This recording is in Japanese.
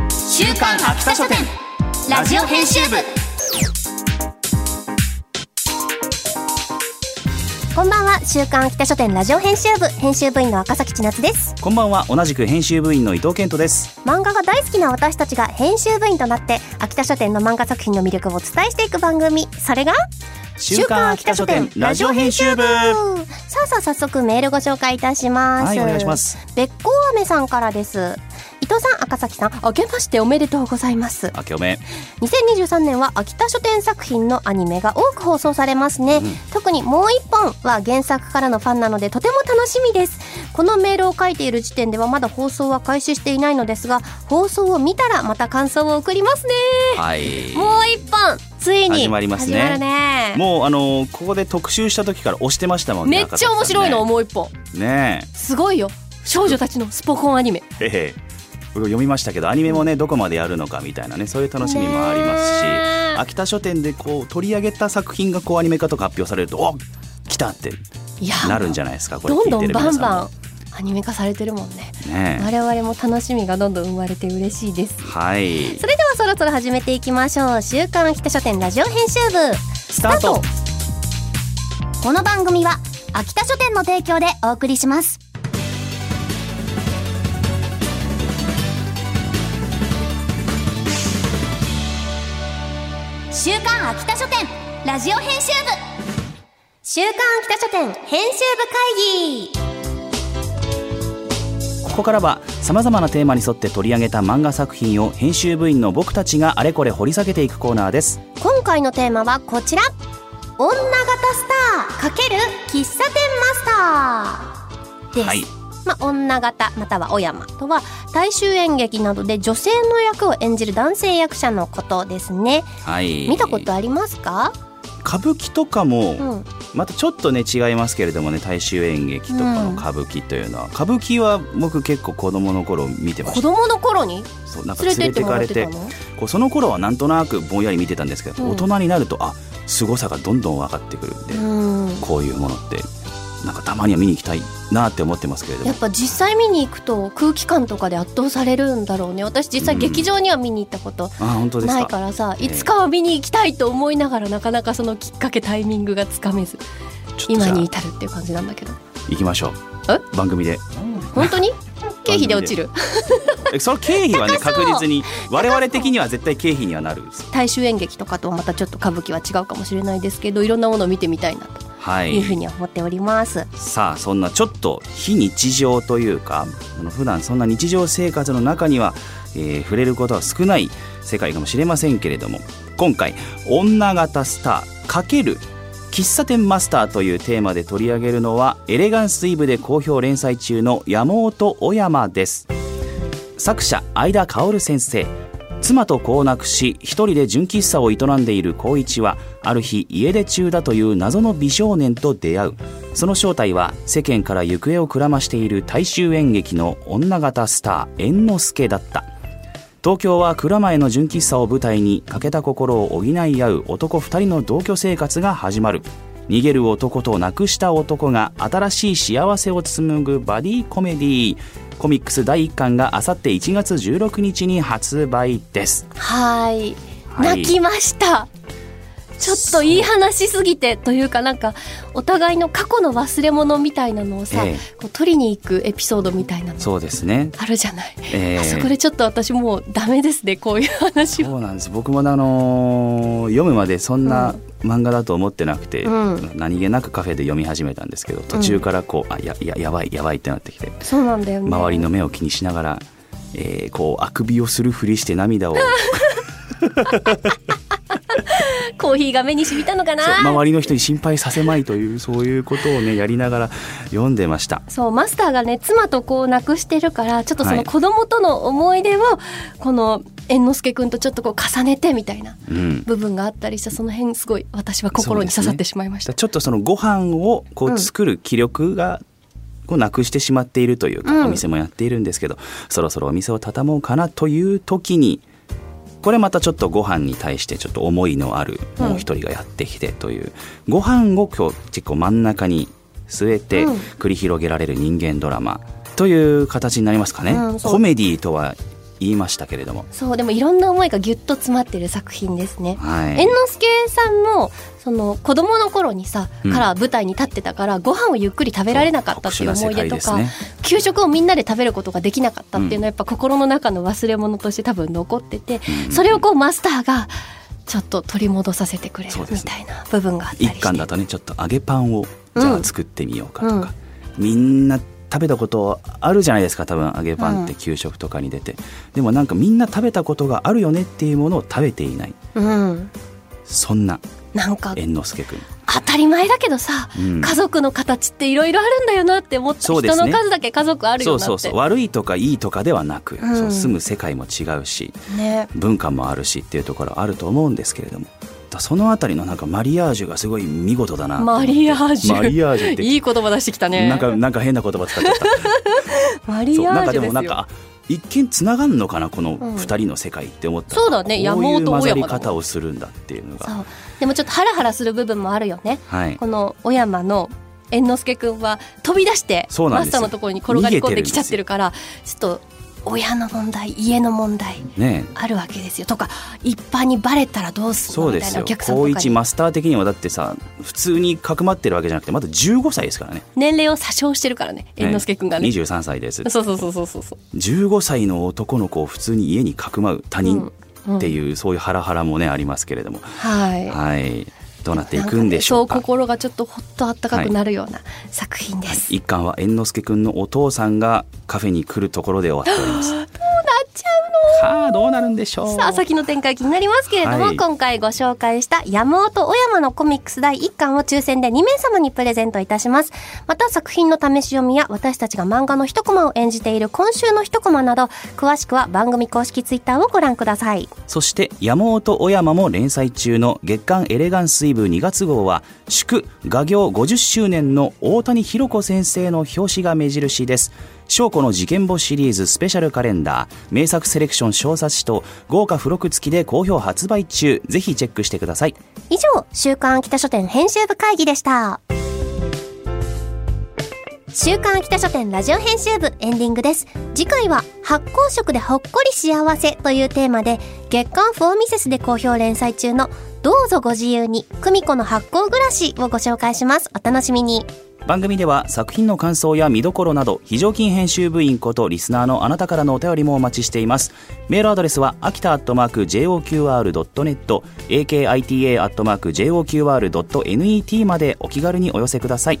刊秋田書店ラジオ編集部こんばんは週刊秋田書店ラジオ編集部編集部員の赤崎千夏ですこんばんは同じく編集部員の伊藤健人です漫画が大好きな私たちが編集部員となって秋田書店の漫画作品の魅力をお伝えしていく番組それがさあさあ早速メールご紹介いたしますはいお願いしますべっこうあめさんからです伊藤さん赤崎さん明けましておめでとうございます明けおめ2023年は秋田書店作品のアニメが多く放送されますね、特にもう一本は原作からのファンなのでとても楽しみですこのメールを書いている時点ではまだ放送は開始していないのですが放送を見たらまた感想を送りますねはいもう一本ついに始まりますね始まるねもうあのーここで特集した時から押してましたもんめねっちゃ面白いの、赤もう一本崎さんねねすごいよ少女たちのスポコンアニメえええ僕読みましたけどアニメもねどこまでやるのかみたいなねそういう楽しみもありますし、ねえ秋田書店でこう取り上げた作品がこうアニメ化とか発表されるとお来たっていやなるんじゃないですかこれど聞んいどてんるバ皆ンさんバもンアニメ化されてるもんねね我々も楽しみがどんどん生まれて嬉しいですえはいそれではそろそろ始めていきましょう週刊秋田書店ラジオ編集部スタートこの番組は秋田書店の提供でお送りします週刊秋田書店ラジオ編集部週刊秋田書店編集部会議ここからはさまざまなテーマに沿って取り上げた漫画作品を編集部員の僕たちがあれこれ掘り下げていくコーナーです今回のテーマはこちら女型スター×喫茶店マスターです、はいまあ、女型または小山とは大衆演劇などで女性の役を演じる男性役者のことですねはい見たことありますか、歌舞伎とかも、うん、またちょっとね違いますけれどもね大衆演劇とかの歌舞伎というのは、歌舞伎は僕結構子供の頃見てま子した供の頃にそうなんか連れ連てれっててかられてもってたのこうその頃はなんとなくぼんやり見てたんですけど、うん大人になるとあ凄さがどんどん分かってくるんで、うんこういうものってなんかたまには見に行きたいなって思ってますけれどやもっぱ実際見に行くと空気感とかで圧倒されるんだろうね私実際うん劇場には見に行ったことあ本当ですなかいからさええいつかは見に行きたいと思いながらなかなかそのきっかけタイミングがつかめずちょっと今じゃあに至るっていう感じなんだけど行きましょうえ番組で本 当に経費で落ちるえその経費はね高そう確実に我々的には絶対経費にはなる大衆演劇とかとはまたちょっと歌舞伎は違うかもしれないですけどいろんなものを見てみたいなとはいいうふうには思っております、さあそんなちょっと非日常というかあの普段そんな日常生活の中には、えー触れることは少ない世界かもしれませんけれども今回「女型スター×喫茶店マスター」というテーマで取り上げるのは「エレガンスイブ」で好評連載中の山本小山です作者相田薫先生妻と子を亡くし一人で純喫茶を営んでいる光一はある日家出中だという謎の美少年と出会うその正体は世間から行方をくらましている大衆演劇の女型スター猿之助だった東京は蔵前の純喫茶を舞台に欠けた心を補い合う男2人の同居生活が始まる逃げる男と亡くした男が新しい幸せを紡ぐバディコメディコミックス第1巻があさって1月16日に発売ですはいはい泣きましたちょっといい話しすぎてというかなんかお互いの過去の忘れ物みたいなのをさ、ええこう取りに行くエピソードみたいなのそうですねあるじゃない、えーあそこでちょっと私もうダメですねこういう話はそうなんです僕もあのー読むまでそんな漫画だと思ってなくて、うん何気なくカフェで読み始めたんですけど途中からこうあやややばいやばいってなってきてそうなんだよね周りの目を気にしながら、えーこうあくびをするふりして涙をコーヒーが目に染みたのかなそう周りの人に心配させまいというそういうことをねやりながら読んでました。そうマスターがね妻とこう亡くしてるからちょっとそはのい子供との思い出をこの猿之助君とちょっとこう重ねてみたいなうん部分があったりしてその辺すごい私は心に刺さってしまいました。ちょっとそのご飯をこううん作る気力が、こうなくしてしまっているというか、うんお店もやっているんですけどそろそろお店を畳もうかなという時にこれまたちょっとご飯に対してちょっと思いのあるうんもう一人がやってきてという、ご飯を今日結構真ん中に据えてうん繰り広げられる人間ドラマという形になりますかね、うんそうコメディとは言いましたけれども、そうでもいろんな思いがぎゅっと詰まってる作品ですね。はい、猿之助さんもその子供の頃にさ、うんから舞台に立ってたからご飯をゆっくり食べられなかったっていう思い出と特殊か、な世界ですね給食をみんなで食べることができなかったっていうのはやっぱ心の中の忘れ物として多分残ってて、うんそれをこうマスターがちょっと取り戻させてくれるそうでみすねたいな部分があったりして一貫だとねちょっと揚げパンをうんじゃあ作ってみようかとか、みんな食べたことあるじゃないですか多分揚げパンって給食とかに出て、でもなんかみんな食べたことがあるよねっていうものを食べていないうん、そんななんか猿之助君、当たり前だけどさ、うん家族の形っていろいろあるんだよなって思った、そうで人すねの数だけ家族あるよそなうってそうそう悪いとかいいとかではなく、うんその住む世界も違うしね文化もあるしっていうところあると思うんですけれどもだそのあたりのなんかマリアージュがすごい見事だなマリアージュマリアージュっていい言葉出してきたねなんかなんか変な言葉使っちゃったマリそうアなんーかジでもュですなよんかあ一見つながんのかなこのうん2人の世界って思ったら、そうだねこう山い王うと混大ざ山りだもん方をするんだっていうのがそうでもちょっとハラハラする部分もあるよねはいこの小山の猿之助くんは飛び出してそうなんマでスすよターのところに転がり込んできちゃってるからちょっと親の問題家の問題ねえあるわけですよとか一般にバレたらどうするそのうでみたいすなおよ客さんと高か一にマスター的にはだってさ普通にかくまってるわけじゃなくてまだ15歳ですからね年齢を詐称してるからね猿之助くんがね23歳ですそうそうそうそうそうそう15歳の男の子を普通に家にかくまう他人っていう、そういうハラハラもねありますけれども、はいはいどうなっていくんでしょうかなんねそう心がちょっとほっとあったかくなるような作品です、一巻は猿之助くんのお父さんがカフェに来るところで終わっております。なっちゃうさあどうなるんでしょう。さあ先の展開気になりますけれども、はい今回ご紹介した山尾と小山のコミックス第1巻を抽選で2名様にプレゼントいたしますまた作品の試し読みや私たちが漫画の一コマを演じている今週の一コマなど詳しくは番組公式ツイッターをご覧くださいそして山本小山も連載中の月刊エレガンスイブ2月号は祝画業50周年の大谷博子先生の表紙が目印です。翔子の事件簿シリーズスペシャルカレンダー、名作セレクション小冊子と豪華付録付きで好評発売中。ぜひチェックしてください。以上週刊秋田書店編集部会議でした週刊秋田書店ラジオ編集部エンディングです次回は発酵食でほっこり幸せというテーマで月刊フォーミセスで好評連載中のどうぞご自由に久美子の発酵暮らしをご紹介しますお楽しみに番組では作品の感想や見どころなど非常勤編集部員ことリスナーのあなたからのお便りもお待ちしていますメールアドレスは秋田アットマーク JOQR.net akita アットマーク JOQR.net までお気軽にお寄せください